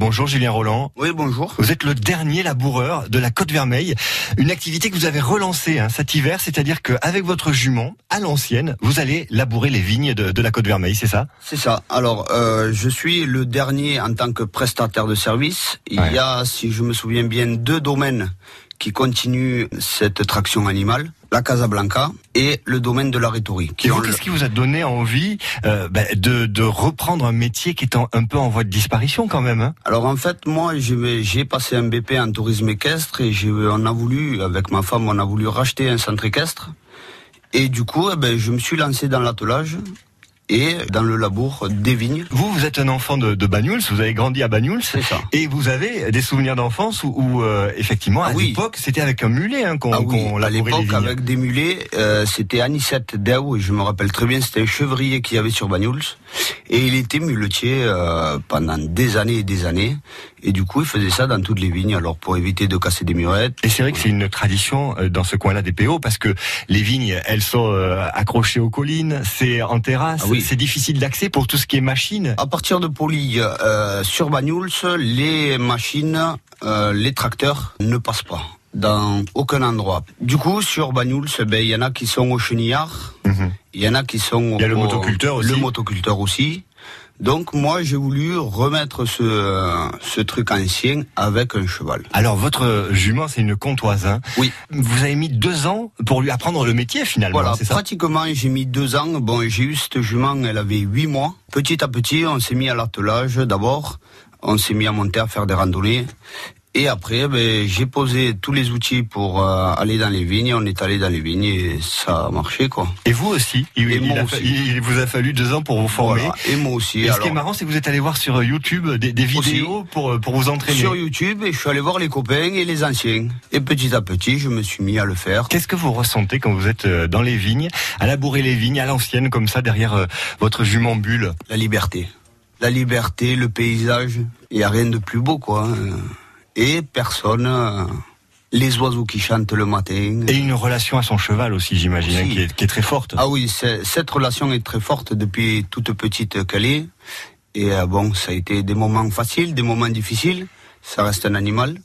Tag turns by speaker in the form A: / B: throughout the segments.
A: Bonjour Julien Roland.
B: Oui, bonjour.
A: Vous êtes le dernier laboureur de la Côte Vermeille, une activité que vous avez relancée hein, cet hiver, c'est-à-dire qu'avec votre jument, à l'ancienne, vous allez labourer les vignes de, de la Côte Vermeille, c'est ça
B: C'est ça. Alors, euh, je suis le dernier en tant que prestataire de service. Il
A: Ouais.
B: y a, si je me souviens bien, deux domaines qui continuent cette traction animale. La Casablanca et le domaine de la rhétorie.
A: Et
B: qui ont
A: vous,
B: le-
A: qu'est-ce qui vous a donné envie euh, bah, de, de reprendre un métier qui est en- un peu en voie de disparition quand même hein
B: Alors en fait, moi, j'ai j'ai passé un BP en tourisme équestre et j'ai- on a voulu, avec ma femme, on a voulu racheter un centre équestre. Et du coup, eh ben, je me suis lancé dans l'attelage et dans le labour des vignes.
A: Vous, vous êtes un enfant de, de Banyuls, vous avez grandi à Banyuls,
B: C'est ça.
A: et vous avez des souvenirs d'enfance où, où, euh, effectivement, à
B: Ah oui.
A: l'époque, c'était avec un mulet hein, qu'on
B: Ah oui,
A: qu'on
B: à
A: labourait les
B: l'époque,
A: vignes.
B: avec des mulets, euh, c'était Anisette Daou, et je me rappelle très bien, c'était un chevrier qu'il y avait sur Bagnouls, et il était muletier euh, pendant des années et des années, et du coup, il faisait ça dans toutes les vignes, alors pour éviter de casser des murettes.
A: Et c'est vrai que c'est une tradition euh, dans ce coin-là des PO parce que les vignes, elles sont euh, accrochées aux collines, c'est en terrasse,
B: Ah oui.
A: c'est difficile d'accès pour tout ce qui est machine.
B: À partir de Poli, euh, sur Bagnouls, les machines, euh, les tracteurs ne passent pas dans aucun endroit. Du coup, sur Bagnouls, ben, il y en a qui sont au chenillard, Il y en a qui sont.
A: Il y a le
B: au-
A: motoculteur aussi.
B: Le motoculteur aussi. Donc moi j'ai voulu remettre ce, euh, ce truc ancien avec un cheval.
A: Alors votre jument, c'est une comtoise. hein.
B: Oui.
A: Vous avez mis deux ans pour lui apprendre le métier finalement,
B: Voilà,
A: c'est ça
B: pratiquement j'ai mis deux ans. Bon, j'ai eu cette jument, elle avait huit mois. Petit à petit, on s'est mis à l'attelage d'abord. On s'est mis à monter, à faire des randonnées. Et après, ben, j'ai posé tous les outils pour euh, aller dans les vignes. On est allé dans les vignes et ça a marché, quoi.
A: Et vous aussi il,
B: Et
A: il
B: moi
A: a fa-
B: aussi.
A: il- il vous a fallu deux ans pour vous former.
B: Voilà. Et moi
A: Et,
B: aussi.
A: ce qui est
B: alors.
A: marrant, c'est que vous êtes allé voir sur euh, YouTube des, des
B: Aussi.
A: vidéos pour, euh, pour vous entraîner.
B: sur YouTube et je suis allé voir les copains et les anciens. Et petit à petit, je me suis mis à le faire.
A: Qu'est-ce que vous ressentez quand vous êtes euh, dans les vignes, à labourer les vignes, à l'ancienne comme ça, derrière euh, votre jument bulle
B: La liberté. La liberté, le paysage. Il n'y a rien de plus beau, quoi. Euh, Et personne. euh, Les oiseaux qui chantent le matin.
A: Et une relation à son cheval aussi, j'imagine, hein,
B: Aussi.
A: qui, est, qui est très forte.
B: Ah oui, c'est- cette relation est très forte depuis toute petite qu'elle est. Et euh, bon, ça a été des moments faciles, des moments difficiles. Ça reste un animal.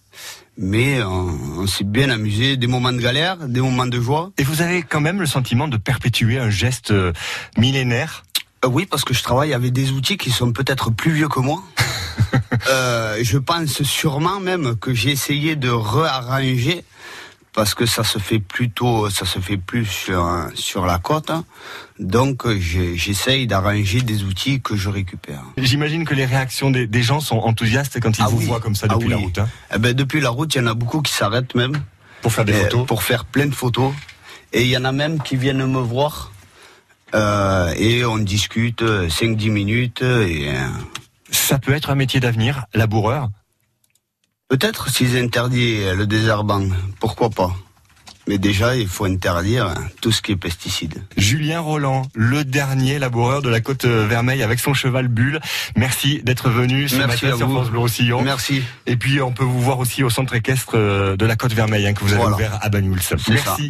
B: Mais euh, on, on s'est bien amusé. Des moments de galère, des moments de joie.
A: Et vous avez quand même le sentiment de perpétuer un geste euh, millénaire.
B: Euh, Oui, parce que je travaille avec des outils qui sont peut-être plus vieux que moi. Euh, je pense sûrement même que j'ai essayé de réarranger parce que ça se fait plutôt, ça se fait plus sur, un- sur la côte. hein. Donc euh, j'ai- j'essaye d'arranger des outils que je récupère.
A: J'imagine que les réactions des, des gens sont enthousiastes quand ils
B: Ah
A: vous
B: oui.
A: voient comme ça
B: Ah
A: depuis la
B: oui.
A: route, hein,
B: Eh ben, depuis la route, il y en a beaucoup qui s'arrêtent même
A: pour faire des
B: euh,
A: photos.
B: pour faire plein de photos. Et il y en a même qui viennent me voir euh, et on discute 5-10 minutes et... euh,
A: Ça peut être un métier d'avenir, laboureur.
B: Peut-être s'ils interdisent le désherbant, pourquoi pas Mais déjà, il faut interdire tout ce qui est pesticides.
A: Julien Roland, le dernier laboureur de la Côte euh, Vermeille avec son cheval bulle. Merci d'être venu ce
B: Merci
A: matin
B: à
A: sur
B: vous.
A: France Bleu Roussillon.
B: Merci.
A: Et puis on peut vous voir aussi au centre équestre euh, de la Côte Vermeille hein, que vous avez
B: Voilà.
A: ouvert à Banyuls.
B: C'est
A: Merci.
B: ça.